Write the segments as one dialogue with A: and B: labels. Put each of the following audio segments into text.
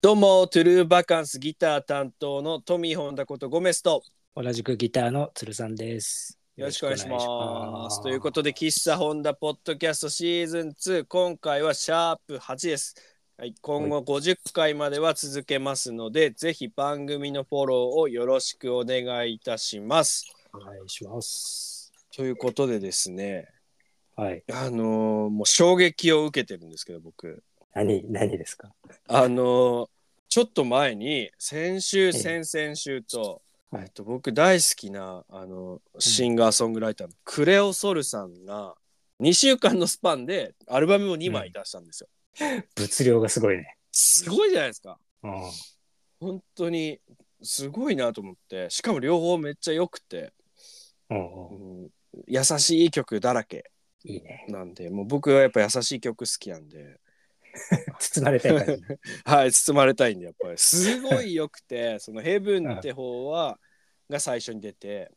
A: どうも、トゥルーバカンスギター担当のトミー・ホンダことゴメスと
B: 同じくギターの鶴さんです。
A: よろしくお願いします。ということとで、喫茶ホンダポッドキャストシーズン2、今回はシャープ8です。はい、今後50回までは続けますので、ぜひ番組のフォローをよろしくお願いいたします。
B: お願いします。
A: ということでですね、
B: はい。
A: あのーもう衝撃を受けてるんですけど、僕。
B: 何、何ですか
A: あのーちょっと前に先週
B: え
A: 先々週と,、
B: はい
A: えっと僕大好きなあのシンガーソングライターのクレオ・ソルさんが2週間のスパンでアルバムを2枚出したんですよ。
B: 物量がすごいね。
A: すごいじゃないですか
B: うん。
A: 本当にすごいなと思ってしかも両方めっちゃ良くて、
B: うん
A: う
B: うん
A: ん優しい曲だらけ
B: いいね。
A: なんでもう僕はやっぱ優しい曲好きなんで
B: 包まれたい感じ。
A: はい包まれたいんでやっ ぱりすごい良くてその「ヘブン」って方はが最初に出て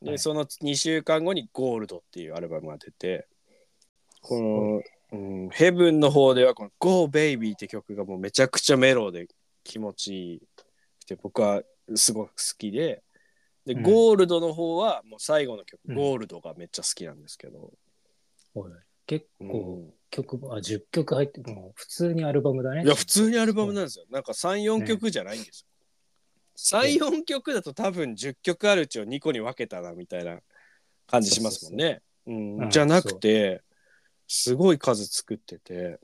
B: は
A: で
B: い
A: その2週間後に「ゴールド」っていうアルバムが出てこの、うん「ヘブン」の方ではこの「Go Baby」って曲がもうめちゃくちゃメロで気持ちいいくて僕はすごく好きで。で
B: うん
A: ゴールドの方はもう最後の曲「
B: うん
A: ゴールド」がめっちゃ好きなんですけど、
B: おい結
A: う
B: 構
A: ん
B: 曲も、あ、10曲入って、もう普通にアルバムだね。
A: いや普通にアルバムなんですよ。なんか34曲じゃないんですよ。
B: ね
A: 34曲だと多分10曲あるうちを2個に分けたなみたいな感じしますもんね。う
B: うんん
A: じゃなくてすごい数作ってて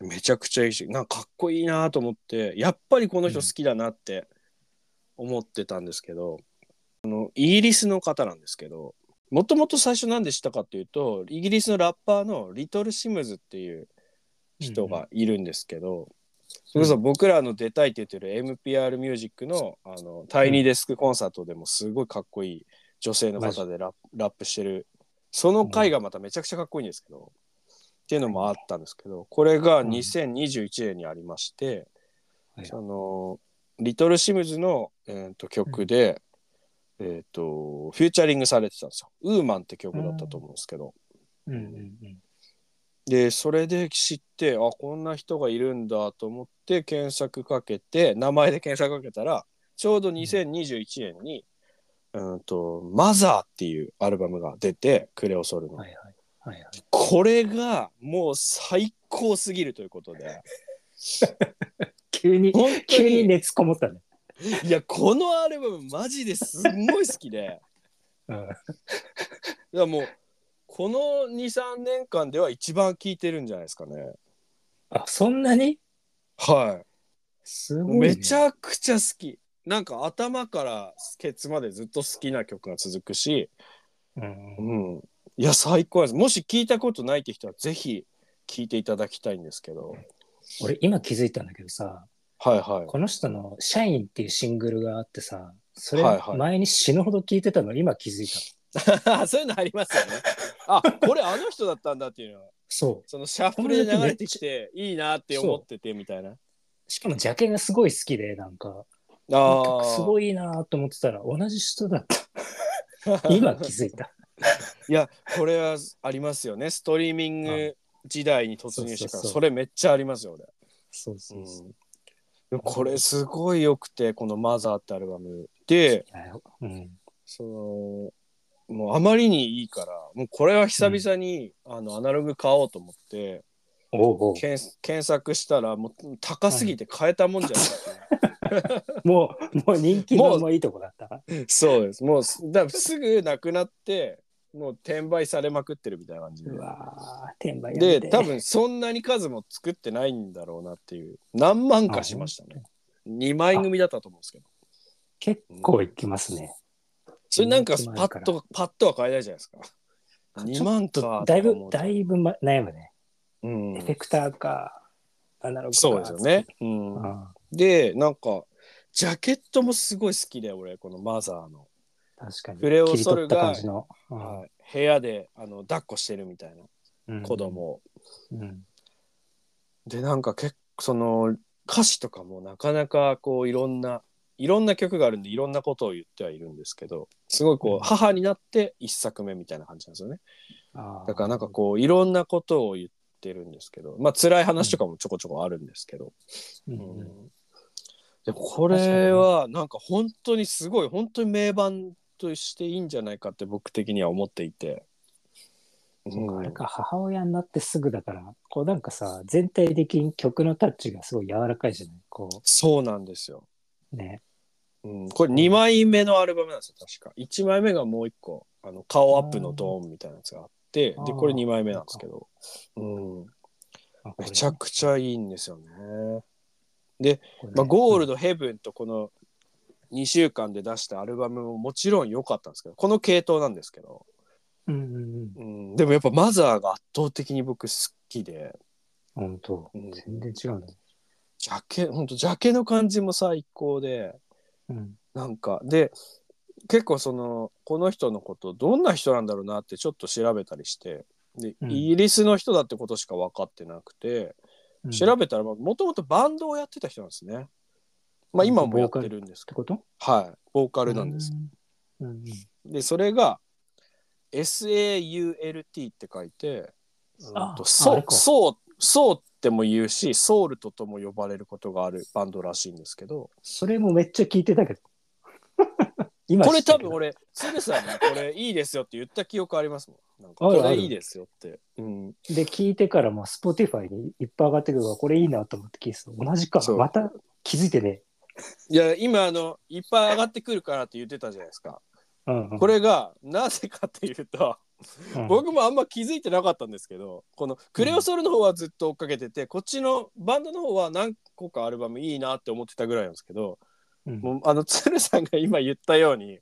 A: めちゃくちゃいいしなんかかっこいいなと思ってやっぱりこの人好きだなって思ってたんですけど、あのイギリスの方なんですけどもともと最初なんで知ったかっていうとイギリスのラッパーのリトル・シムズっていう人がいるんですけど、それこそ僕らの出たいって言ってる MPR ミュージックのあのタイニーデスクコンサートでもすごいかっこいい女性の方でラップラップしてるその回がまためちゃくちゃかっこいいんですけど、っていうのもあったんですけどこれが
B: うん
A: 2021年にありまして、
B: はい
A: そのリトルシムズの、えーと曲で、えー、とフューチャリングされてたんですよ「ウーマン」って曲だったと思うんですけど、
B: うんうんうん。
A: でそれで知ってあこんな人がいるんだと思って検索かけて名前で検索かけたらちょうど2021年に「うん、とマザー」っていうアルバムが出てクレオソルの、
B: はいはい。はいはい。
A: これがもう最高すぎるということで
B: 急に、
A: 本当
B: 急に
A: に
B: 熱こもったね。
A: いやこのアルバムマジですんごい好きで
B: うん。
A: いやもうこの23年間では一番聴いてるんじゃないですかね
B: あ、そんなに
A: はい
B: すごい、ね。
A: めちゃくちゃ好きなんか頭からケツまでずっと好きな曲が続くし、
B: うん
A: う。ん、いや最高ですもし聞いたことないって人はぜひ聞いていただきたいんですけど
B: 俺今気づいたんだけどさ
A: はいはい
B: この人の「シャイン」っていうシングルがあってさそれ
A: はいはい
B: 前に死ぬほど聞いてたの今気づい た、
A: そういうのありますよねあこれあの人だったんだっていうのは
B: そう
A: そのシャッフルで流れてきていいなって思っててみたいな
B: しかもジャケがすごい好きでなんか
A: ああ
B: す
A: い
B: ごいなと思ってたら同じ人だった
A: い
B: 今気づいた
A: やこれはありますよねストリーミング時代に突入してか
B: そう
A: ら
B: そうそう
A: それめっちゃありますよ俺
B: そうそうそう、
A: うん、これすごい良くてこの「マザー」ってアルバムで
B: いやうん
A: そのもうあまりにいいからもうこれは久々に、あのアナログ買おうと思って
B: おうおう
A: 検検索したらもう高すぎて買えたもんじゃないですね、
B: もうもう人気
A: も
B: の
A: う
B: もういいとこだった
A: そうですもうすだすぐなくなってもう転売されまくってるみたいな感じで
B: う。わー転売やめ
A: で
B: て
A: 多分そんなに数も作ってないんだろうなっていう何万かしましたね2枚組だったと思うんですけど
B: 結構いきますね、
A: それなんか
B: 人気も
A: パ
B: あるか
A: ッ
B: ら
A: とパッとは買えないじゃないですか。2万か。
B: だいぶ
A: 思うと
B: だいぶ、ま、悩むね、
A: うん
B: エフェクターかアナログか
A: そうですよね。う、
B: うんん
A: でなんかジャケットもすごい好きで俺このマザーの、
B: 確かに。
A: クレオ
B: 切り
A: ソル
B: 取った
A: が
B: 感じの、
A: はい部屋であの抱っこしてるみたい
B: うん
A: な子供。を。
B: うん
A: でなんか結構その歌詞とかもなかなかこういろんないろんな曲があるんでいろんなことを言ってはいるんですけどすごいこう母になって一作目みたいな感じなんですよね。
B: あー
A: だからなんかこういろんなことを言っってるんですけどまあ辛い話とかもちょこちょこあるんですけど、
B: うん
A: う
B: うん
A: んでもこれはなんか本当にすごい本当に名盤としていいんじゃないかって僕的には思っていて。
B: そうかあれ
A: うん
B: か母親になってすぐだからこうなんかさ全体的に曲のタッチがすごい柔らかいじゃないこ
A: そうなんですよ。
B: うね
A: うん、これ2枚目のアルバムなんですよ確か1枚目がもう1個あの顔アップのドーンみたいなやつがあってで
B: あー
A: これ2枚目なんですけど、うん、
B: あこれ
A: めちゃくちゃいいんですよね、
B: これね
A: まあ、ゴールドヘブンとこの2週間で出したアルバムももちろん良かったんですけどこの系統なんですけど、
B: うんうんうん
A: うん、でもやっぱマザーが圧倒的に僕好きで
B: 本当
A: うん
B: 全然違うんだね
A: ジャケほんとジャケの感じも最高で
B: うん
A: なんかで結構そのこの人のことどんな人なんだろうなってちょっと調べたりしてで、
B: うん
A: イギリスの人だってことしか分かってなくて、
B: うん
A: 調
B: っ
A: べたらもともとバンドをやってた人なんですね。まあ今もやってるんですけ
B: て
A: ど、
B: こと
A: はい、ボーカルなんです。
B: うんうん
A: でそれが SAULT って書いて、うん
B: あ
A: と、
B: あ
A: そ
B: れ
A: う
B: か
A: そうそうっても言うしソウルととも呼ばれることがあるバンドらしいんですけど、
B: それもめっちゃ聞いてたけど 今
A: これ
B: 知った
A: 多
B: け
A: 分
B: ど
A: 俺つるさんにこれいいですよって言った記憶ありますもんなんか
B: あ
A: こ
B: る
A: れいいですよってうん
B: で聞いてからも Spotify にいっぱい上がってくるからこれいいなと思って聞いてた同じか
A: そう
B: また気づいてね
A: いや今あのいっぱい上がってくるからって言ってたじゃないですか
B: うんうん
A: これがなぜかっていうと
B: うん
A: 僕もあんま気づいてなかったんですけどこのクレオソルの方はずっと追っかけててこっちのバンドの方は何個かアルバムいいなって思ってたぐらいなんですけど
B: うん
A: もうあのつるさんが今言ったように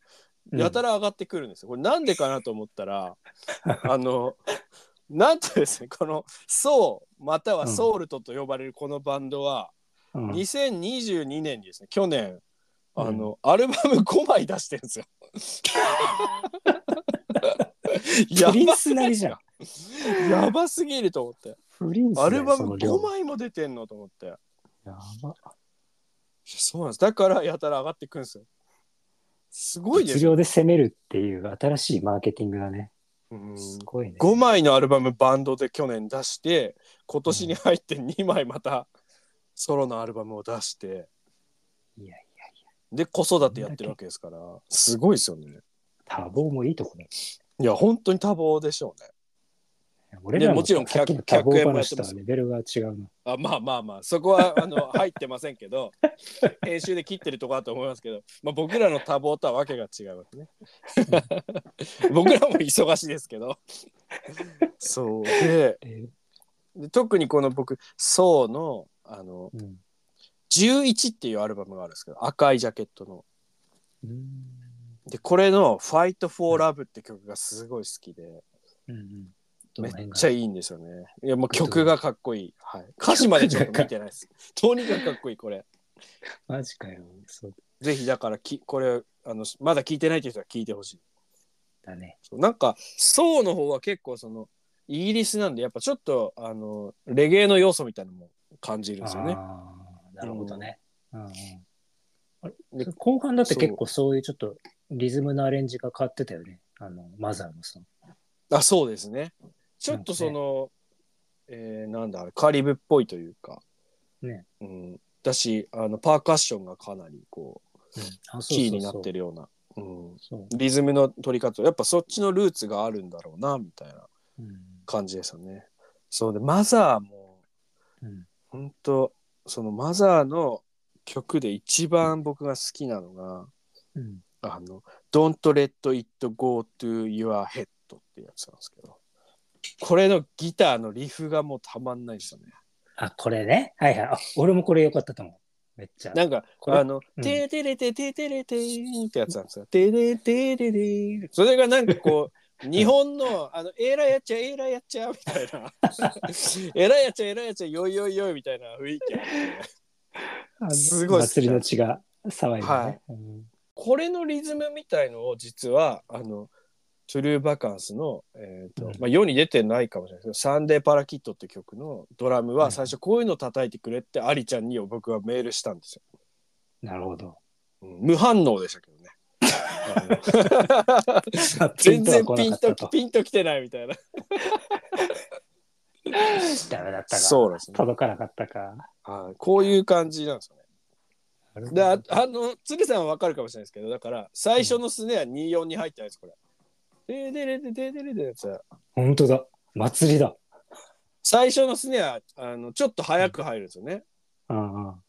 B: うん
A: やたら上がってくるんですよ。これなんでかなと思った らあのなんとですねこの「ソウ」または「ソウルト」と呼ばれるこのバンドは、
B: うん
A: 2022年にですね去年あの、アルバム5枚出してるんで すよ。や
B: プリン
A: ば
B: スなりじゃん
A: やばすぎると思って
B: プリンスだ
A: ア
B: よ
A: ルバ
B: そ
A: ム
B: の量
A: 5枚も出てんのと思って
B: やば
A: そうなんですだからやたら上がってくるんですよ。すごいで
B: 物
A: すよ。
B: 量で攻めるっていう新しいマーケティングだね。
A: うん
B: すごいね。
A: 5枚のアルバムバンドで去年出して今年に入って2枚またソロのアルバムを出して
B: いやいや、
A: で子育てやってるわけですからすごいですよね
B: 多忙もいいとこね。
A: いや本当に多忙でしょうね
B: 俺ら
A: ねもちろん
B: さっきの
A: 100
B: 多
A: 円もや
B: 忙
A: ってます
B: 話とはレベルが違うな。
A: あまあまあまあそこはあの入ってませんけど 編集で切ってるとこだと思いますけど、まあ、僕らの多忙とはわけが違いますね 僕らも忙しいですけどそうで
B: え
A: で特にこの僕「そうのあの
B: ーうん
A: 11っていうアルバムがあるんですけど赤いジャケットの
B: うん
A: でこれの「Fight for Love」って曲がすごい好きで、
B: うんうんど
A: め
B: の
A: っ
B: 辺が
A: ちゃいいんですよねいやもう曲がかっこいい、はい、歌詞までちょっと見てないですとにかくかっこいいこれ
B: マジかよ。そう
A: ぜひだからきこれあのまだ聞いてないっていう人は聞いてほしい
B: だね。
A: そうなんか「そう」の方は結構そのイギリスなんでやっぱちょっとあのレゲエの要素みたいなのも感じるんですよね
B: あーなるほどね。うんうんあれ
A: で
B: 後半だって結構そういうちょっとリズムのアレンジが変わってたよね。あのマザーのさ。
A: あそうですねちょっとその、えーなんだあれカリブっぽいというか、
B: ね
A: うん、だしあのパーカッションがかなりこうキーになって
B: る。
A: るようなうん
B: そう
A: リズムの取り方やっぱそっちのルーツがあるんだろうなみたいな
B: うん
A: 感じですよね。そうでマザーも
B: うん
A: 本当そのマザーの曲で一番僕が好きなのが
B: うん
A: 「あの Don't Let It Go to Your Head」っていうやつなんですけどこれのギターのリフがもうたまんないですよね。
B: あ、これね。はいはい。あ、俺もこれ良かったと思う。めっちゃ。
A: なんか、
B: これ
A: あの、
B: うん
A: てーてれてーてーてれてーんってやつなんですよ。てーれーてーれれー。それがなんかこう、日本の、あの、えーらやっちゃ、えーらやっちゃ、みたいな。えらやっちゃ、えらやっちゃ、よいよいよいみたいな雰囲気あって。
B: あの
A: すごいっす
B: 祭りの血が騒いでね。
A: はい
B: うん
A: これのリズムみたいのを実は、あの、トゥルーバカンスの、えーと
B: うん
A: まあ、世に出てないかもしれないですけど「サンデーパラキット」って曲のドラム
B: う
A: は
B: ん
A: 最初こういうの叩いてくれってアリちゃんに僕はメールしたんですよ。
B: なるほ ど。
A: うん無反応でしたけどね。全然ピンと
B: き
A: ピンときてないみたいな。
B: ダメだったか。
A: そうなんですね
B: 届かなかったか。
A: はいこういう感じなんですよね。で、あ
B: だ
A: あの、鶴さんはわかるかもしれないですけど、だから、最初のスネア24に入ってないです、これ。ででれでででれでのやつは
B: 本当だ。祭りだ。
A: 最初のスネア、あの、ちょっと早く入るんですよね。
B: うんうん。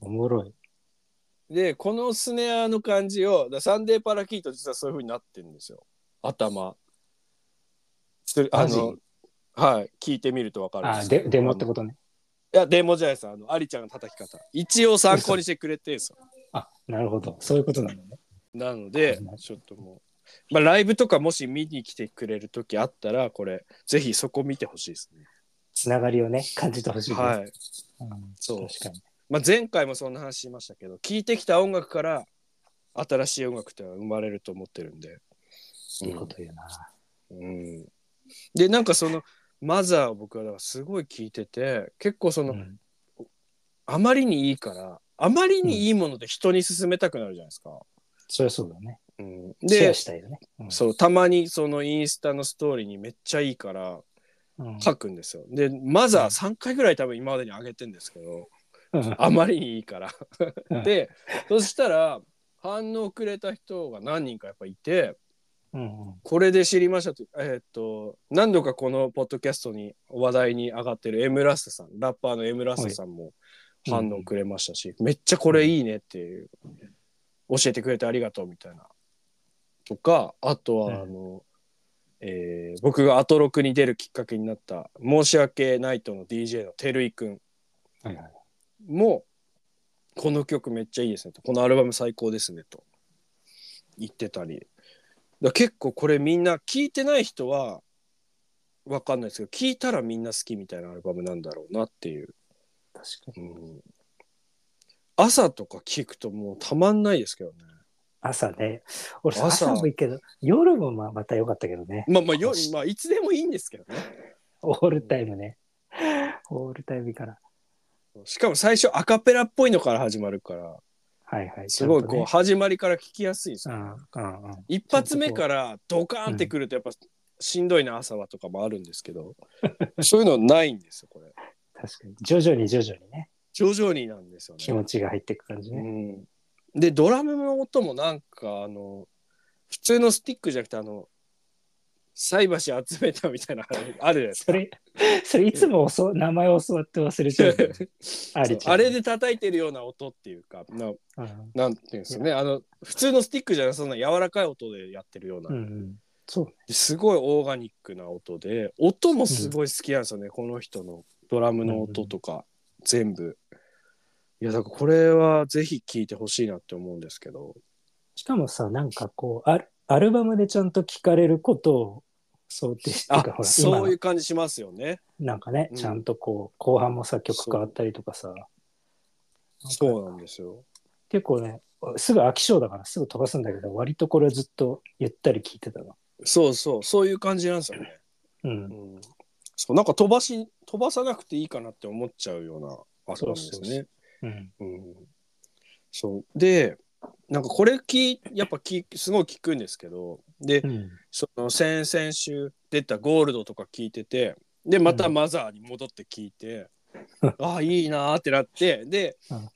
B: おもろい。
A: で、このスネアの感じを、だからサンデーパラキート実はそういう風になってるんですよ。頭。つあ
B: マジ
A: の、はい、聞いてみるとわかるん
B: あ、
A: け
B: で、
A: ど
B: デモってことね。
A: いや、デモじゃないです。あの、アリちゃんの叩き方。一応参考にしてくれてるんですよ。
B: あ、なるほど。そういうことなのね。
A: なので、ちょっともう、まあ、ライブとかもし見に来てくれる時あったら、これ、ぜひそこ見てほしいですね。
B: つながりをね、感じてほしいね。
A: はい。
B: うん
A: そう
B: 確かに。
A: まあ、前回もそんな話しましたけど、聴いてきた音楽から、新しい音楽っていうのは生まれると思ってるんで。
B: いいこと言うな。
A: うん、で、なんかその、マザーを僕はだからすごい聴いてて、結構その、
B: うん
A: あまりにいいから、あまりにいいもので人に勧めたくなるじゃないですか。
B: そりゃそうだね。
A: うん、
B: シェ
A: で
B: ア、したいよね。うん
A: そう、たまにそのインスタのストーリーにめっちゃいいから、
B: うん
A: 書くんですよ。で、マザ
B: う
A: ー
B: ん
A: 3回ぐらい多分今までに上げてんですけど、
B: うん
A: あまりにいいから
B: う。ん
A: で、そしたら、反応くれた人が何人かやっぱいて、
B: うんうん
A: これで知りましたと、えーっと、何度かこのポッドキャストに話題に上がってる M ラスタさん、ラッパーの M ラスタさんも反応くれましたし、めっちゃこれいいねっていう、教えてくれてありがとうみたいな。とか、あとは、あの、えー僕がアトロクに出るきっかけになった「申し訳ないと」の DJ のてるいくん
B: はいはい
A: も「この曲めっちゃいいですね」と「このアルバム最高ですね」と言ってたりだから結構これみんな聞いてない人は分かんないですけど聞いたらみんな好きみたいなアルバムなんだろうなっていう、
B: 確かに。
A: うん朝とか聞くともうたまんないですけどね
B: 朝ね。俺さ、
A: 朝
B: 朝もいいけど、夜もまあまた良かったけどね。
A: まあまあよ、まあ、いつでもいいんですけどね
B: オールタイムね。オールタイムいいから。
A: しかも最初アカペラっぽいのから始まるから
B: はいはい。
A: すごい
B: ちゃん
A: こう始まりから聞きやすいんです
B: と
A: よ、
B: ねうんうんうん。
A: 一発目からドカーンってくるとやっぱしんどいな朝はとかもあるんですけど、そういうのないんですよこれ
B: 確かに。徐々に徐々にね、
A: 徐々になんですよ
B: 気
A: ね。
B: 持ちが入っていく感じね。
A: うん、でドラムの音もなんかあの普通のスティックじゃなくてあの菜箸集めたみたいなのあるじ
B: それ、それいつも教わ名前を教わって忘れ
A: ゃ
B: ちゃ
A: な
B: う
A: い
B: んだよ
A: で
B: ね。
A: すか
B: ありちゃ
A: あ
B: ん
A: れで叩いてるような音っていうかな
B: うん
A: なんていうんですかねあの普通のスティックじゃないそんな柔らかい音でやってるような
B: うんうん。そうね。
A: ですごいオーガニックな音で音もすごい好きなんですよね、この人のドラムの音とか全部、いやだからこれはぜひ聴いてほしいなって思うんですけど
B: しかもさ、なんかこう、アルアルバムでちゃんと聞かれることを想定して
A: あ
B: か、ほら、今
A: そうい
B: の
A: う感じしますよね
B: なんかね
A: う、ん
B: ちゃんとこう、後半もさ、曲変わったりとかさ、
A: そうなんですよ
B: 結構ね、すぐ飽き性だからすぐ飛ばすんだけど、割とこれはずっとゆったり聞いてたの。
A: そうそうそういう感じなんですよね、
B: うん
A: う。ん、そうなんか飛ばし飛ばさなくていいかなって思っちゃうようなアルバムです
B: そうそうそ
A: ね
B: うん。
A: うんそうでなんかこれきやっぱきすごい聞くんですけどで、
B: うん。
A: その先々週出たゴールドとか聞いててでまた
B: うん
A: マザーに戻って聞いて、
B: う
A: ああいいなーってなってで,、
B: うん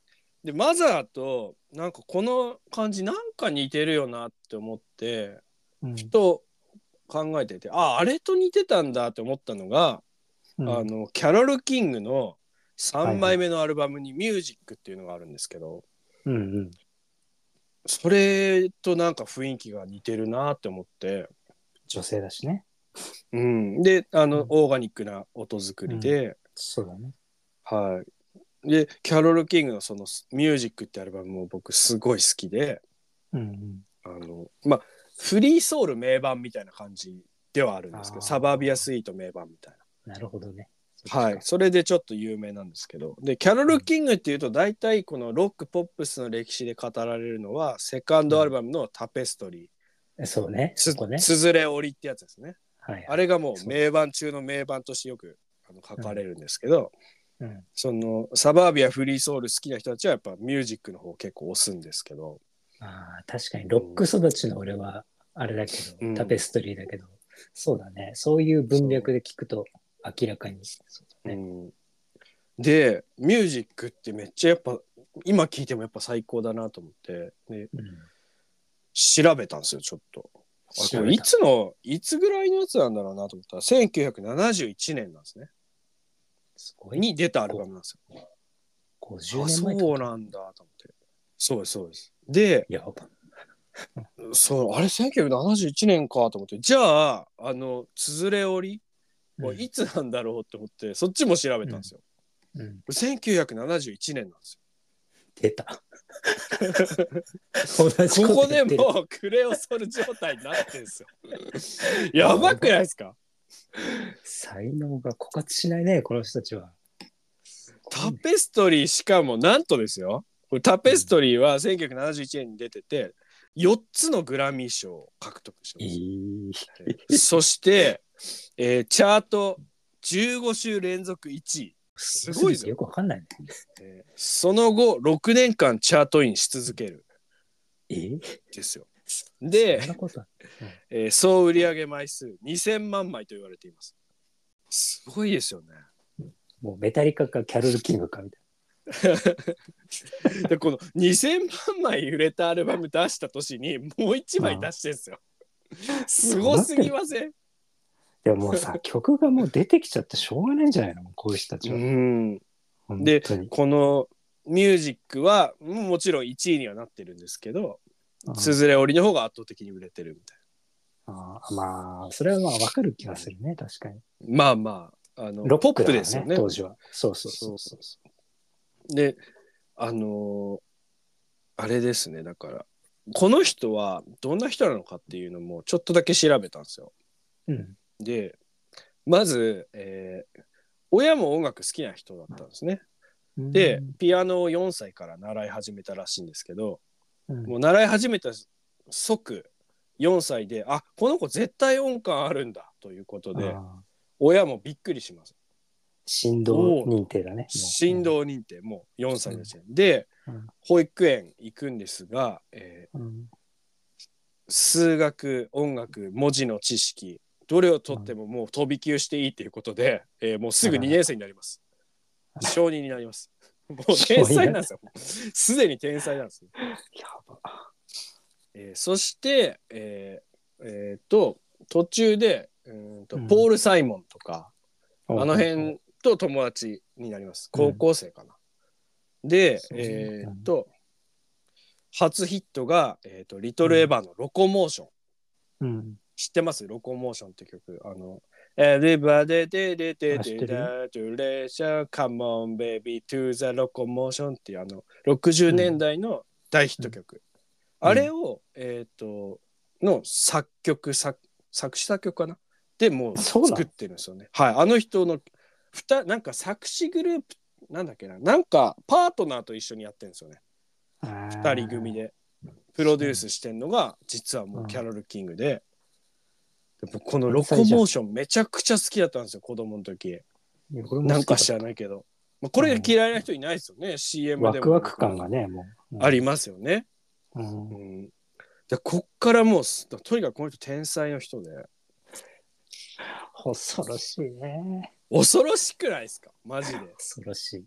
A: でマザーとなんかこの感じなんか似てるよなって思って
B: うん
A: ふと考えててあああれと似てたんだって思ったのが、
B: うん
A: あのキャロル・キングの3枚目のアルバムに「ミュージック」っていうのがあるんですけど、
B: うんうん。
A: それとなんか雰囲気が似てるなって思って。
B: 女性だしね。
A: うん、であの、
B: うん
A: オーガニックな音作りで、
B: そうだね。
A: はいでキャロル・キングのその「ミュージック」ってアルバムも僕すごい好きで
B: うん
A: あのまあフリーソウル名盤みたいな感じではあるんですけど
B: あー
A: サバビアスイート名盤みたい
B: うん。なるほどね。
A: な、はい、それでちょっと有名なんですけどでキャロル・キングっていうと大体このロック・ポップスの歴史で語られるのはセカンドアルバムの「タペストリー」
B: そうね。そ
A: つ
B: こね。
A: つづれ折り」ってやつですね。
B: はい。
A: あれがもう名盤中の名盤としてよくあの書かれるんですけど、
B: うん
A: そのサバービアフリーソウル好きな人たちはやっぱミュージックの方結構押すんですけど、
B: ああ、確かにロック育ちの俺は、あれだけ
A: うん
B: ど、タペストリーだけど、そうだね。そういう文脈で聞くと、明らかに。そう
A: う
B: だね
A: ん、でミュージックってめっちゃやっぱ今聴いてもやっぱ最高だなと思ってで
B: うん
A: 調べたんですよちょっと。あ
B: 調べ
A: こ
B: た
A: れいつのいつぐらいのやつなんだろうなと思ったら1971年なんですね
B: すごい。
A: に出たアルバムなんですよ。あ
B: 50年
A: そ
B: 前ってこ
A: う
B: と
A: なんだと思って。そうですそうです。で
B: やば。
A: そうあれ1971年かと思ってじゃああの「つづれ織り」は
B: うん
A: いつなんだろうと思って、そっちも調べたんですよ。
B: うん、
A: これ1971年なんですよ。
B: 出た。同じ
A: こ
B: こ
A: ことで
B: やってる
A: もうクレを剃る状態になってんすよ。やばくないですか
B: 才能が枯渇しないね、この人たちは。
A: タペストリーしかもなんとですよ。これタペストリーは1971年に出てて4つのグラミー賞を獲得してます。
B: いい。
A: そして、えーチャート15週連続1位。すごいぞ
B: よくわかんないね。
A: えーその後6年間チャートインし続ける
B: え
A: んですよ。
B: そん
A: で、
B: なことあ
A: えー総売上枚数2000万枚と言われています。すごいですよね。
B: もうメタリカかキャロル・キングかみたい
A: でこの2000万枚売れたアルバム出した年にもう1枚出してんすよ。すごすぎません
B: な。でももう さ、曲がもう出てきちゃってしょうがないんじゃないのこういう人たちは。
A: ん
B: 本
A: で
B: 当に
A: このミュージックはもうもちろん1位にはなってるんですけど「つづれ織り」の方が圧倒的に売れてるみたい
B: ああまあ、それはまあわかる気がするね、確かに。
A: なまあまああの
B: ロ
A: ポ
B: ッ
A: ッ
B: ク
A: プ
B: だ
A: で
B: ですす
A: よ
B: よ
A: ね
B: ね、当時は。そうそう
A: そ
B: そうう
A: そ
B: そうう。
A: であのーあれですねだからこの人はどんな人なのかっていうのもちょっとだけ調べたんですよ。
B: うん。
A: でまず、えー親も音楽好きな人だったんですね。でピアノを4歳から習い始めたらしいんですけど
B: うん、
A: もう習い始めた即4歳であこの子絶対音感あるんだということで
B: ああ
A: 親もびっくりします。
B: 振動認定だね。もう
A: 振。動認定もう4歳の時点で
B: うん
A: 保育園行くんですが、え
B: うん
A: ー数学音楽文字の知識どれをとってももう飛び級していいということで、えーもうすぐ2年生になります
B: あら
A: 承認になり ますもう天才なんですよすでに天才なんですよ、
B: やば。
A: えーそしてえーえーと途中でうーんと
B: うん
A: ポール・サイモンとか、
B: あ
A: あの辺と友達になります。高校生かな。で、
B: そう
A: えーっと、初ヒットが、えーっと、リトルエヴァのロコモーション。
B: うん。
A: 知ってますロコモーションって曲。あの、エレバデデデデ
B: あ知って
A: デ
B: る
A: ダトゥレーション、カモンベビー、トゥザロコモーションっていうあの、60年代の大ヒット曲。
B: うん
A: あれを、えーっと、の作曲、作作詞作曲かなでもう
B: そうなの
A: 作ってるんですよね。はい。あの人の、ふたなんか作詞グループ、なんだっけな、なんかパートナーと一緒にやってるんですよね。
B: 二
A: 2人組。でプロデュースしてんのが実はもうキャロル・キングで,、で僕このロコモーションめちゃくちゃ好きだったんですよ子供の時
B: いやこれも
A: なんか知
B: 好
A: らないけど、まあ、これが嫌いな人いないですよね、
B: き
A: CM
B: だ
A: で
B: ワ
A: も
B: クワク感がね、もう。うん
A: あり。ますよね、
B: うん
A: うん、でこっからもうすとにかくこの人天才の人で
B: 恐ろしいね。
A: 恐ろしくないですかマジで
B: 恐ろしい。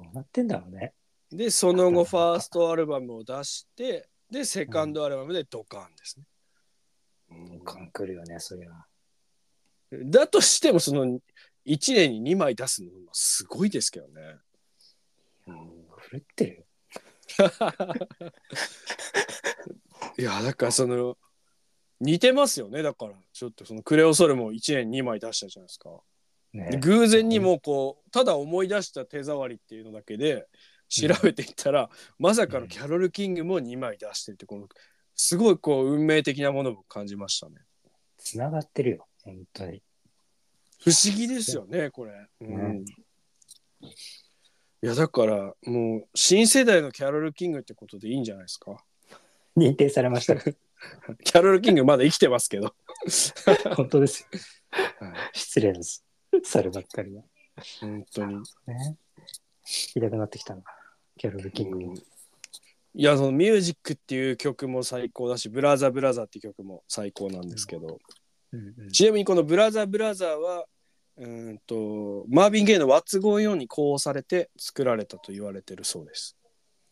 B: どうなってんだろうね。
A: でその 後ファーストアルバムを出してでセカンドアルバムでドカンですね、うん
B: 感くるよね、そりゃ。
A: だとしてもその1年に2枚出すのもすごいですけどね。
B: 狂ってるよ。
A: いやだからその似てますよねだからちょっとその「クレオソル」も1年2枚出したじゃないですか。で
B: ね。
A: 偶然にもこうただ思い出した手触りっていうのだけで調べていったら、まさかのキャロル・キングも2枚出してるってこのすごいこう運命的なものを感じましたね。
B: つながってるよ、本当に。
A: 不思議ですよねこれ、うん、いやだからもう新世代のキャロル・キングってことでいいんじゃないですか
B: 認定されました。
A: キャロル・キングまだ生きてますけど、
B: 本当ですよ。失礼です。そればっかりは。
A: 本当に、
B: ね。聞きたくなってきたな。キャロル・キングに。
A: いやその「ミュージック」っていう曲も最高だし「ブラザーブラザー」っていう曲も最高なんですけど、
B: うんうん
A: ちなみにこの「ブラザーブラザーは」うーんとマーヴィン・ゲイの「What's Going On」に呼応されて作られたと言われてるそうです。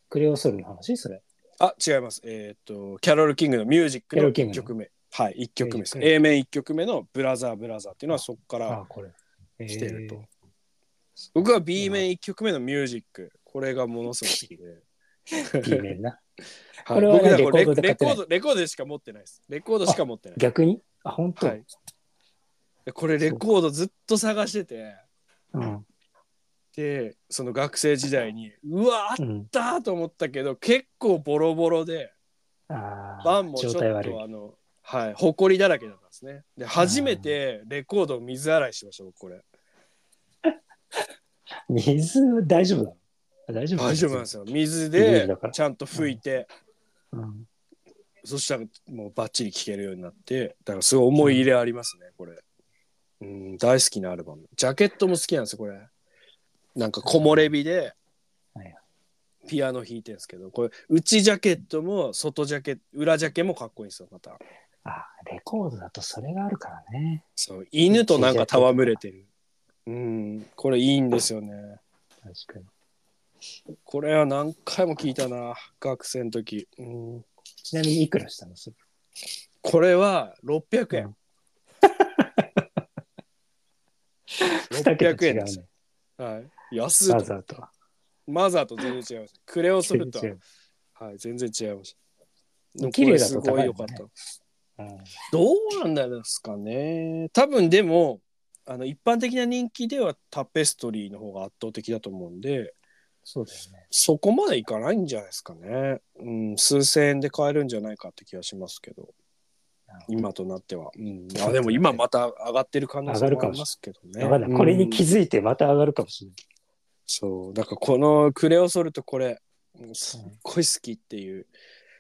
B: クレオソルの話それ。
A: あ違います。えっ、とキャロル・キングのミュージック
B: キャロ
A: の
B: ルキン
A: 1
B: グの
A: 曲目。はい1曲目です。
B: ミュージック
A: A 面1曲目の「ブラザー・ブラザー」っていうのはそこか
B: あ
A: ら
B: あ、これ。
A: 来てると
B: えー。
A: 僕は B 面1曲目のミュージックこれがものすごく好きで。
B: B 面な。
A: はい
B: これは
A: 僕ら
B: レコード
A: レ
B: で買
A: レ
B: っ
A: コ
B: てない
A: ードレコードでしか持ってないです。レコードしか持ってない。
B: 逆にあ、本当、
A: はい、これレコードずっと探してて
B: うん。
A: でその学生時代にうわあっ
B: うん。
A: たーと思ったけど結構ボロボロで
B: ああ
A: 盤、もちょ
B: 状
A: っ
B: 態悪い
A: と。あのはい埃だらけだったんですね。で初めてレコードを水洗いしました僕これ。
B: 水大丈夫だ。あ大丈夫
A: 大丈夫なんですよ水
B: イメー
A: で
B: ジだから
A: ちゃんと拭いて、
B: うん
A: そしたらもうバッチリ聴けるようになってだからすごい思い入れありますねこれ。うん大好きなアルバム。ジャケットも好きなんですよこれ。なんか木漏れ日で
B: はい
A: ピアノ弾いてるんですけどこれ内ジャケットも外ジャケ裏ジャケもかっこいいんですよまた。
B: あーレコードだとそれがあるからね。
A: そう犬となんか戯れてる。うん、これいいんですよね。
B: 確かに。
A: これは何回も聞いたな、学生の時。うん、
B: ちなみにいくらしたのそれ
A: これは600円。
B: 二桁
A: 600
B: 違
A: 円
B: う
A: です
B: ね。
A: はい。安い
B: わざとは。
A: マザーと全然違います。クレオソルト
B: 全然違う
A: は、はい、全然違いました。でも
B: 綺麗だ
A: こ
B: と
A: れすごい良か
B: 高
A: っ
B: い
A: た
B: よ。うん
A: どうなんですかね。多分でも、あの一般的な人気ではタペストリーの方が圧倒的だと思うんで、
B: そうだよね。
A: そこまでいかないんじゃないですかね。うん、数千円で買えるんじゃないかって気がしますけど、
B: なるほど
A: 今となっては。うん、あでも今また上がってる可能性
B: 上がる
A: も
B: か
A: あ
B: も
A: り
B: し
A: ますけどね。
B: わかんないこれに気
A: うん
B: づいてまた上がるかもしれない。
A: そう、だからこのクレオソルトこれ、もうすっごい好きっていう。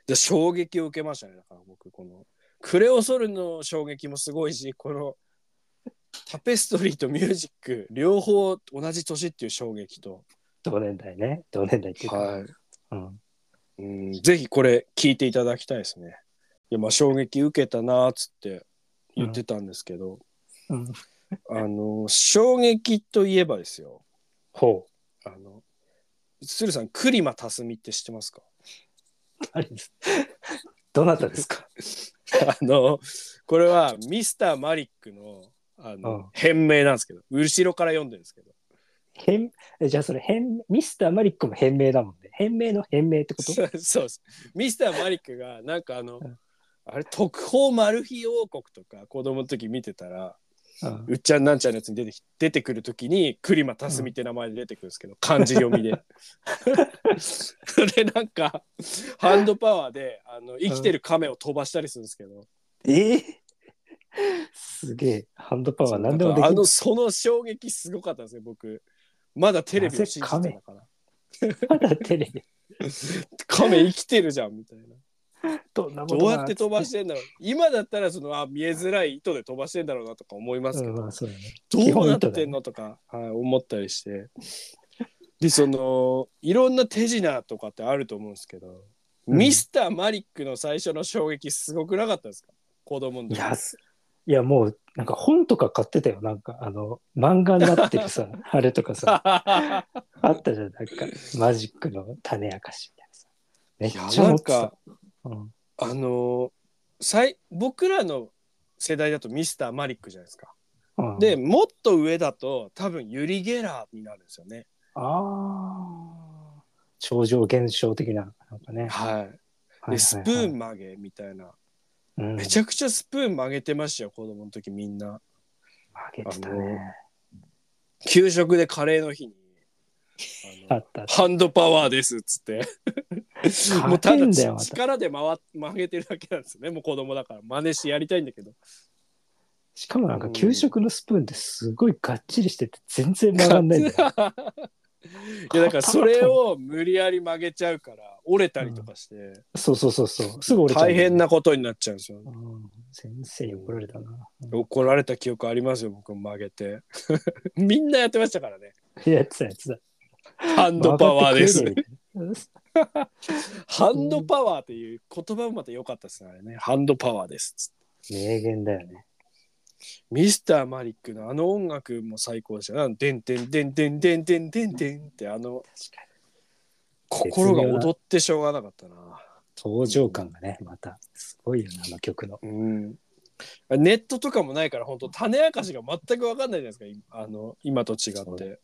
A: で衝撃を受けましたね、だから僕、この。クレオソルの衝撃もすごいし、このタペストリーとミュージック、両方同じ年っていう衝撃と。
B: 同年代ね。同年代っていうか。
A: はい。
B: うん、
A: うん、ぜひこれ聞いていただきたいですね。いやまあ衝撃受けたなーっつって言ってたんですけど、
B: うん
A: あの衝撃といえばですよ
B: ほう。
A: あの鶴さん栗間たすみって知ってますか
B: あれです。どなたですか
A: あのこれはミスターマリックのあの、
B: うん
A: 変名なんですけど後ろから読んでるんですけど
B: 変えじゃあそれ変、ミスターマリックも変名だもんね。変名の変名ってこと
A: そう そうですミスターマリックがなんかあの、
B: うん
A: あれ特報マル秘王国とか子供の時見てたら
B: うん
A: うっちゃんなんちゃんのやつに出てき出てくるときに栗間たすみって名前で出てくるんですけど、漢字読みで。そ れなんかハンドパワーであの生きてる亀を飛ばしたりするんですけど、
B: えーすげえ。ハンドパワー何でも
A: なんか
B: でき
A: あ
B: る
A: の。その衝撃すごかったんですよ僕まだテレビを信じてたから
B: まだテレビ。
A: 亀生きてるじゃんみたい な
B: どんなも
A: ど
B: の
A: う
B: が
A: やって飛ばしてんだろう今だったらそのあ見えづらい糸で飛ばしてんだろうなとか思いますけど
B: うん、まあそうだね。基
A: どう
B: 本
A: なっ
B: 糸だね
A: てんのとか、はい、思ったりしてでそのいろんな手品とかってあると思うんですけど、
B: うん
A: ミスターマリックの最初の衝撃すごくなかったですか子供の
B: い
A: 時
B: や、すいやもう、なんか本とか買ってたよ。なんか、あの、漫画になっ てるさ、あれとかさ、あったじゃん。なんか、マジックの種明かしみたいなさ。めっちゃ
A: なん
B: 持ってた
A: か。
B: うん
A: あの最僕らの世代だとミスターマリックじゃないですか。
B: うん
A: で、もっと上だと多分ユリ・ゲラーになるんですよね。
B: ああ、超常現象的な、なんかね。
A: はい。
B: はいはいは
A: で
B: い
A: スプーン曲げみたいな、
B: うん
A: めちゃくちゃスプーン曲げてましたよ子供の時みんな。
B: 曲げてたね。
A: 給食でカレーの日にあ
B: あ
A: の
B: ったあった。
A: ハンドパワーですっつってもうた
B: 勝て
A: だ
B: ん
A: ち
B: だよまた
A: 力で回っ曲げてるだけなんですねもう子供だから真似してやりたいんだけど
B: しかもなんか給食のスプーンってすごいがっちりしてて全然曲がんないんだよ。
A: いやだからそれを無理やり曲げちゃうから折れたりとかして、
B: そうそうそうそう。すぐ折れちゃう
A: 大
B: んだよ
A: 変
B: ね。
A: なことになっちゃうんですよ
B: うん。先生に怒られたな。うん
A: 怒られた記憶ありますよ僕も曲げて みんなやってましたからね
B: やつだやつだ。
A: ハンドパワーです
B: 曲がってくれねみたいな
A: ハンドパワーっていう言葉もまた良かったですねあれねハンドパワーですっつって
B: 名言だよね。
A: ミスターマリックのあの音楽も最高でした。あのでんでんでんでんでんでんでんでんってあの
B: 確かに。
A: 心が踊ってしょうがなかったな。
B: 登場感がね、また、すごいよな、あの曲の。
A: うん。ネットとかもないから本当種明かしが全く分かんないじゃないですか今あの今と違
B: そ
A: って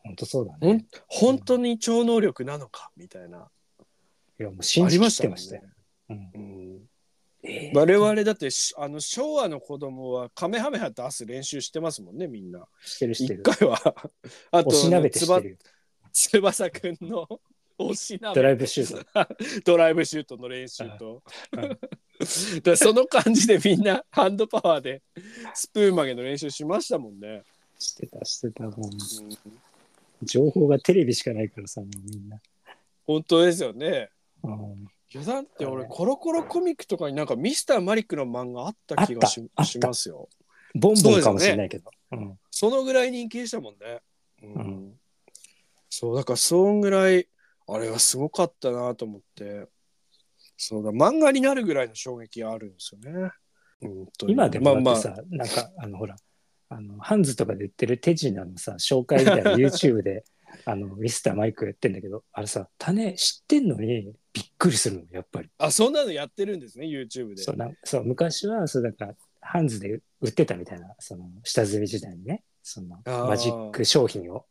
B: 本当そうだ
A: ほ
B: ね
A: ん。本当に超能力なのかみたいない
B: や、もう信じきってましたよ。う
A: ありましたもんね
B: ん
A: う
B: ええ
A: ん、我々だってしあの昭和の子供はカメハメハ出す練習してますもんねみんな
B: してるして
A: 一
B: る。
A: 回はあと
B: おしなべ
A: つ
B: てして
A: ば
B: るよ。
A: 翼くんのおしなべ
B: ドライブシュ ート。
A: ドライブシュートの練習 と。だからその感じでみんな ハンドパワーでスプーン曲げの練習しましたもんね。
B: してた、してた。もう
A: うん
B: 情報がテレビしかないからさ、もうみんな。
A: 本当ですよね。
B: うん
A: いやだって俺コロコロコミックとかになんかミスターマリックの漫画あった気がし
B: あったあった
A: しますよ。
B: ボンボンかもしれないけど。
A: そのぐらい人気でしたもんね。うん
B: う
A: そうだからそんぐらいあれはすごかったなと思ってそうだ漫画になるぐらいの衝撃があるんですよね。本当
B: うん
A: に
B: 今でも
A: ま
B: だ
A: あ
B: ってさ、なんか、あの、ほら、あの、ハンズとかで売ってる手品のさ、紹介みたいな YouTube で、あの、ミスターマイクやってんだけど、あれさ、種知ってんのにびっくりするの、やっぱり。
A: あそんなのやってるんですね YouTube で
B: そうなそう昔はそうだからハンズで売ってたみたいなその下積み時代にねその
A: あー
B: マジック商品を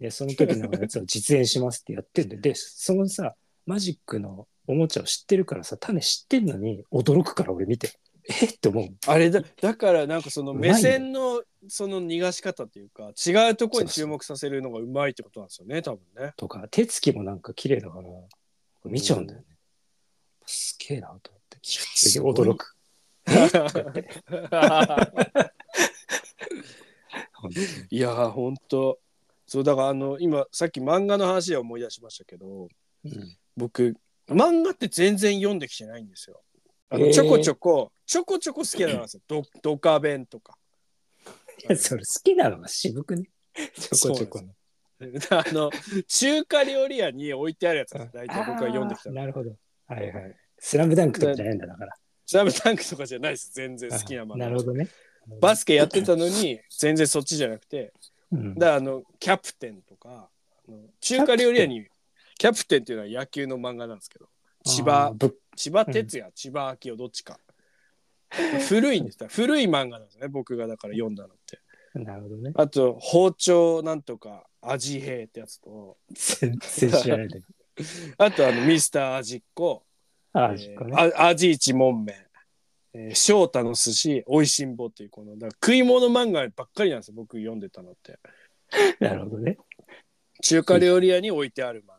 B: でその時の やつを実演しますってやってんででそのさマジックのおもちゃを知ってるからさ種知ってんのに驚くから俺見てえっって思う
A: あれだだからなんかその
B: うまいね
A: 目線のその逃がし方というか違うところに注目させるのがうまいってことなんですよね多分ね。
B: とか手つきもなんか綺麗だから見ちゃうんだよね、すげえなと思ってす げえ驚く本当に
A: いやーほんとそうだからあの今さっき漫画の話で思い出しましたけど
B: うん
A: 僕漫画って全然読んできてないんですよ。あ
B: え
A: の
B: ー
A: ちょこちょこ、ちょこちょこ好きなんですよ。ドドカベンと か。
B: いやそれ好きなのが渋くねちょこちょこの
A: あの中華料理屋に置いてあるやつです大体僕は読んできた
B: あー
A: の
B: なるほど。はいはい。スラムダンクとかじゃないんだだから。
A: スラムダンクとかじゃないです全然好きな漫画
B: なるほどね。
A: バスケやってたのに全然そっちじゃなくて
B: うん
A: だからあのキャプテンとかあの中華料理屋にキャプテンっていうのは野球の漫画なんですけど千
B: あー
A: 葉
B: ぶっ
A: 千葉哲也、千葉明夫どっちか古いんで す古い漫画なんですね僕がだから読んだのって
B: なるほどね。
A: あと包丁なんとか味兵ってやつと
B: 全然知らないんだ けど。
A: あとあのミスター味っ子
B: あ
A: え
B: ー、
A: ー
B: そっかね。
A: あ味一門麺、えー翔太の寿司おいしんぼっていうこのだから食い物漫画ばっかりなんですよ僕読んでたのって
B: なるほどね。
A: 中華料理屋に置いてある漫画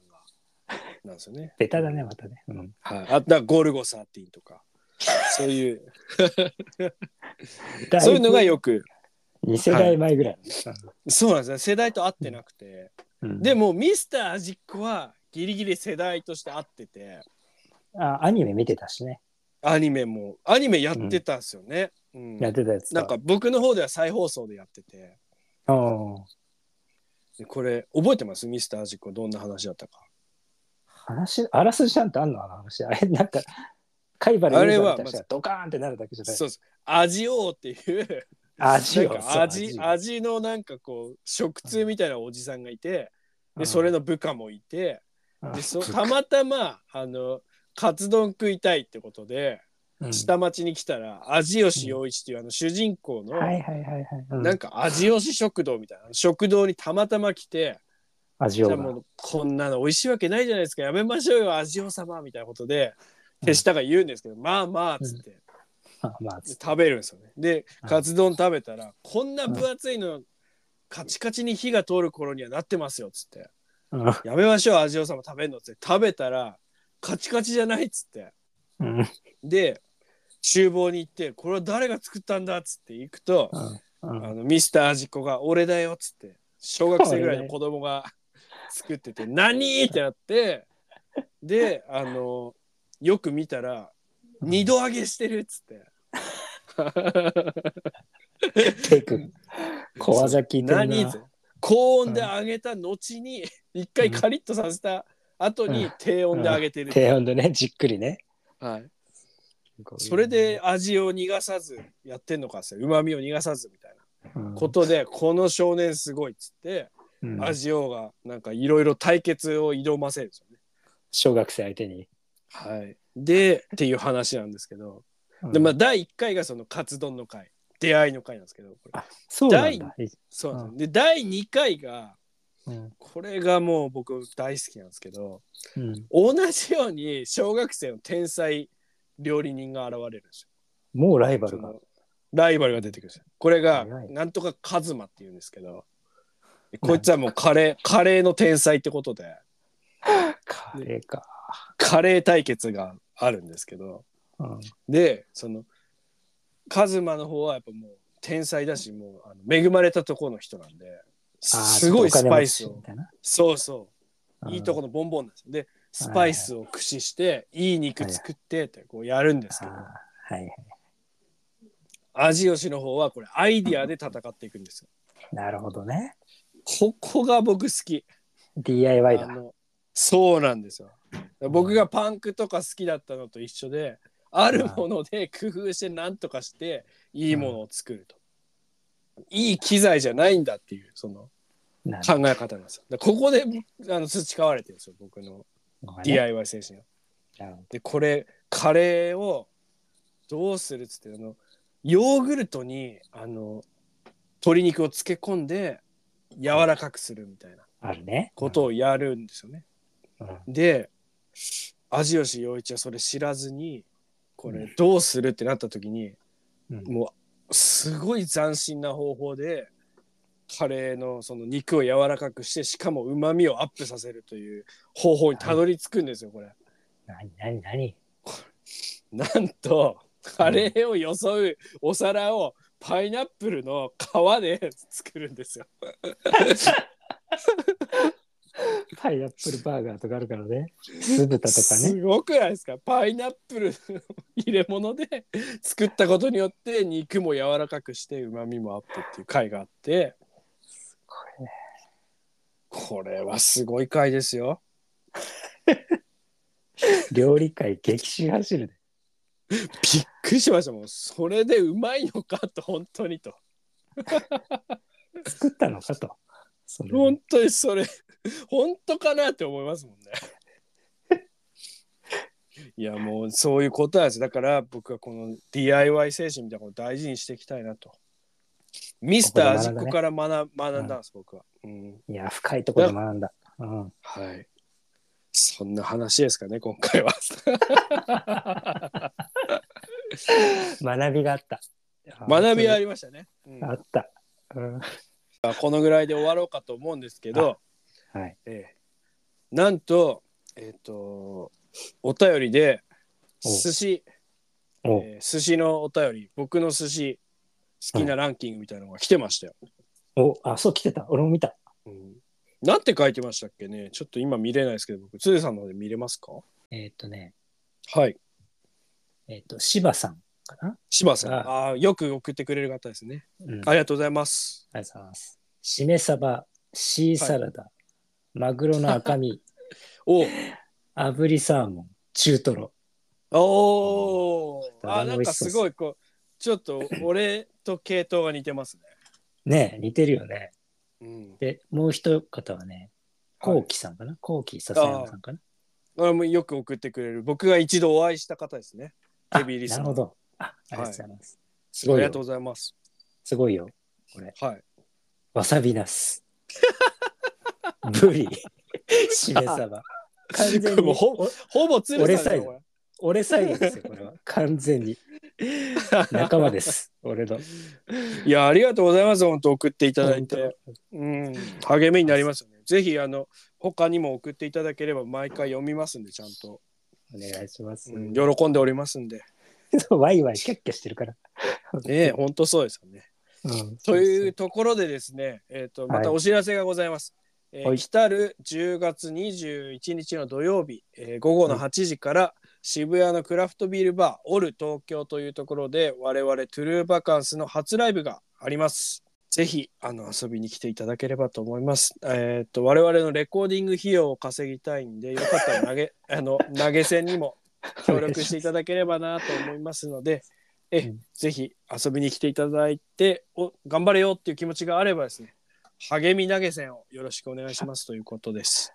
A: なんですよね。
B: ベタだね、またね。うん
A: はい、あだからゴルゴ13とかそういうそういうのがよく
B: 2世代前ぐらい
A: そうなんですね世代と合ってなくて、
B: のね。
A: でも
B: も、
A: ミスター味っ子はギリギリ世代として合ってて
B: あアニメ見てたしね。
A: アニメもアニメやってたんですよね。うん
B: やってたやつ
A: なんか、僕の方では再放送でやってて
B: うん
A: でこれ覚えてますミスター味っ子どんな話だったか。
B: 話、あらすじなんてあんのあの話。あれ、なんか、貝原
A: あれ
B: 雄
A: は
B: 三みたいな人がドカーンってなるだけじゃない
A: そうです味王っていう。
B: 味
A: なん
B: を。
A: か味
B: そう
A: 味のなんかこう食通みたいなおじさんがいて、
B: うん
A: でそれの部下もいて、
B: うん
A: でそたまたまあのカツ丼食いたいってことで、
B: うん
A: 下町に来たら味吉陽一っていうあの主人公の、
B: はいはいはいはいうん。
A: なんか味吉食堂みたいな食堂にたまたま来て、
B: 味
A: じ
B: を
A: ゃあ
B: が。
A: もうこんなの美味しいわけないじゃないですかやめましょうよ味お様みたいなことで手下が言うんですけど、まあまあっつって、
B: あまあ
A: で食べるんですよね。で
B: うん
A: カツ丼食べたら、こんな分厚いのカチカチに火が通る頃にはなってますよっつって
B: うん
A: 「やめましょう味をさま食べんの」っつって食べたらカチカチじゃないっつって
B: うん
A: で厨房に行って「これは誰が作ったんだ」っつって行くと、
B: うんうん
A: あのミスター味っ子が「俺だよ」っつって小学生ぐらいの子供が作ってて「何?」ってなってであのよく見たら「二度揚げしてる」っつって。
B: テク。小技聞いてる
A: 何
B: な
A: ぜ。高温で揚げた後に一回カリッとさせた後
B: う
A: に低温で揚げてる、
B: 低温でね、じっくりね。
A: はいそれで、味を逃がさずやってんのかっすようまみを逃がさずみたいな
B: うん
A: ことで、この少年すごいっつって、
B: うん
A: 味をがなんかいろいろ対決を挑ませるんですよね。
B: 小学生相手に。
A: はい、でっていう話なんですけど、でまあ、第1回がそのカツ丼の会出会いの会なんですけどこれ
B: あ、そうなんだ。
A: そうなんですよで第2回が
B: うん
A: これがもう僕大好きなんですけど
B: うん
A: 同じように小学生の天才料理人が現れるんです
B: もうライバ
A: よ。
B: ルが
A: そ。のライバルが出てくるんですよ。これが
B: 早い
A: なんとかカズマっていうんですけどこいつはもうカレーカレーの天才ってことで
B: カレーか。
A: カレー対決があるんですけど
B: うん
A: でそのカズマの方はやっぱもう天才だしもうあの恵まれたところの人なんで
B: あー
A: すごいスパイス
B: ちょっとお
A: を
B: 金持ちみたいな
A: そうそう
B: うん
A: いいとこのボンボンなんですよでスパイスを駆使していい肉作ってってこうやるんですけ
B: あ
A: ど
B: ーはいはい。
A: 味吉の方はこれアイディアで戦っていくんですよ。
B: なるほどね。
A: ここが僕好き。
B: DIY
A: あ
B: だ。
A: のそうなんですよ。僕がパンクとか好きだったのと一緒であるもので工夫して何とかしていいものを作ると。いい機材じゃないんだっていうその
B: なる
A: 考え方なんですよ。だからここであの培われてるんですよ僕の
B: ほどね
A: DIY 精神が。
B: なるほど
A: でこれカレーをどうするっつってあのヨーグルトにあの鶏肉を漬け込んで柔らかくするみたいな
B: あるね。
A: ことをやるんですよね。
B: うん
A: で味吉陽一はそれ知らずにこれどうするってなった時に
B: うん
A: もうすごい斬新な方法でカレーのその肉を柔らかくしてしかもうまみをアップさせるという方法にたどり着くんですよこれ。
B: 何何何
A: なんとカレーをよそうお皿をパイナップルの皮で作るんですよ。
B: パイナップルバーガーとかあるからね。酢豚とか
A: す
B: ね。
A: ごくないですかパイナップルの 入れ物で 作ったことによって肉も柔らかくしてうまみもアップっていう回があって
B: これね
A: これはすごい回ですよ。
B: 料理界激震走るね。
A: びっくりしましたもんそれでうまいのかと本当にと
B: 作ったのかと。それ
A: 本当にそれ 本当かなって思いますもんね。 いやもうそういうことなんですだから僕はこの DIY 精神みたいなことを大事にしていきたいなと。ミスター味っ子から学学んだんです、僕は、うん。
B: いや、深いところで学んだ。 うん。
A: はい。そんな話ですかね、今回は。
B: 学びがあった。
A: 学びはあ
B: り
A: りましたね。うん
B: あった。うん。
A: このぐらいで終わろうかと思うんですけど、
B: はい。
A: ええ、なんと、えっ、と、お便りで、
B: お
A: 寿司、
B: お
A: えー寿司のお便り、僕の寿司、好きなランキングみたいなのが来てましたよ。
B: お、あ、そう、来てた。俺も見た。
A: うんなんて書いてましたっけねちょっと今見れないですけど、僕、つーさんの方で見れますか
B: えーっとね、
A: はい。
B: えーっと、柴さんかな。
A: 柴さん。
B: あ
A: ああー、よく送ってくれる方ですね。
B: うん。
A: ありがとうございます。
B: ありがとうございます。しめ鯖、シーサラダ、マグロの 赤身、
A: おう
B: 炙りサーモン、中トロ。
A: おー、
B: うん
A: あなんかすごいこうちょっと俺と系統が似てますね。
B: ねえ似てるよね。
A: うん、
B: で、もう一方はね、コウキさんかな。コウキ笹山さんかな。
A: あもうよく送ってくれる僕が一度お会いした方ですね。
B: あ
A: ヘビーリスナ
B: な
A: ー
B: るほど。あ、ありがとうございます。す
A: あ
B: ごい
A: りがとう
B: よ。
A: ございます。
B: すごいよ。
A: はい。
B: わさびナ ス。ブリ。しめ鯖。完全に
A: もうほ
B: お
A: ほぼ鶴
B: 俺
A: さ
B: サ
A: んよ
B: イズ
A: これ
B: 俺サイドですよ、こ れは。完全に。仲間です。俺の。い
A: いやありがとうございます本当送っていただいて、うん、励みになりますよね。ぜひあの他にも送っていただければ毎回読みますんでちゃんと、
B: お願いします。
A: うん、喜んでおりますんで。
B: ワイワイキャッキャしてるから。
A: ねえ本当そうですよね。
B: うん
A: というところでですね、えー、とまたお知らせがございます。えー
B: はい
A: 来たる10月21日の土曜日、えー午後の8時から渋谷のクラフトビールバーオル東京というところで我々トゥルーバカンスの初ライブがあります。ぜひあの遊びに来ていただければと思います。え っ、と我々のレコーディング費用を稼ぎたいんでよかったら投げあの投げ銭にも協力していただければなと思いますので、え、
B: うん
A: ぜひ遊びに来ていただいて、お、頑張れよっていう気持ちがあればですね、励み投げ銭をよろしくお願いしますということです。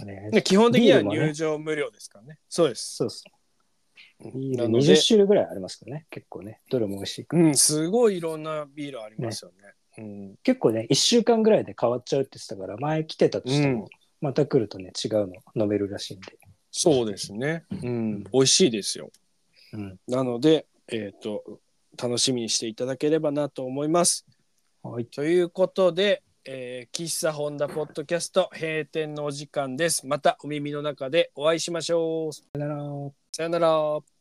B: お願いします
A: で基本的には
B: ビールもね
A: 入場無料ですからね。そうです。
B: そうそう。ビール
A: なので
B: 20種類ぐらいありますからね、結構ね、どれも美味しいから。
A: うん、すごいいろんなビールありますよね。うん、
B: 結構ね、1週間ぐらいで変わっちゃうって言ってたから、前来てたとしても、
A: うん
B: また来るとね、違うの飲めるらしいんで。
A: そうですね。うん、美味しいですよ。
B: うん。
A: なので、えっ、と、楽しみにしていただければなと思います。
B: はい。
A: ということで、えー喫茶ホンダポッドキャスト閉店のお時間です。またお耳の中でお会いしましょう。
B: さよなら。
A: さよなら。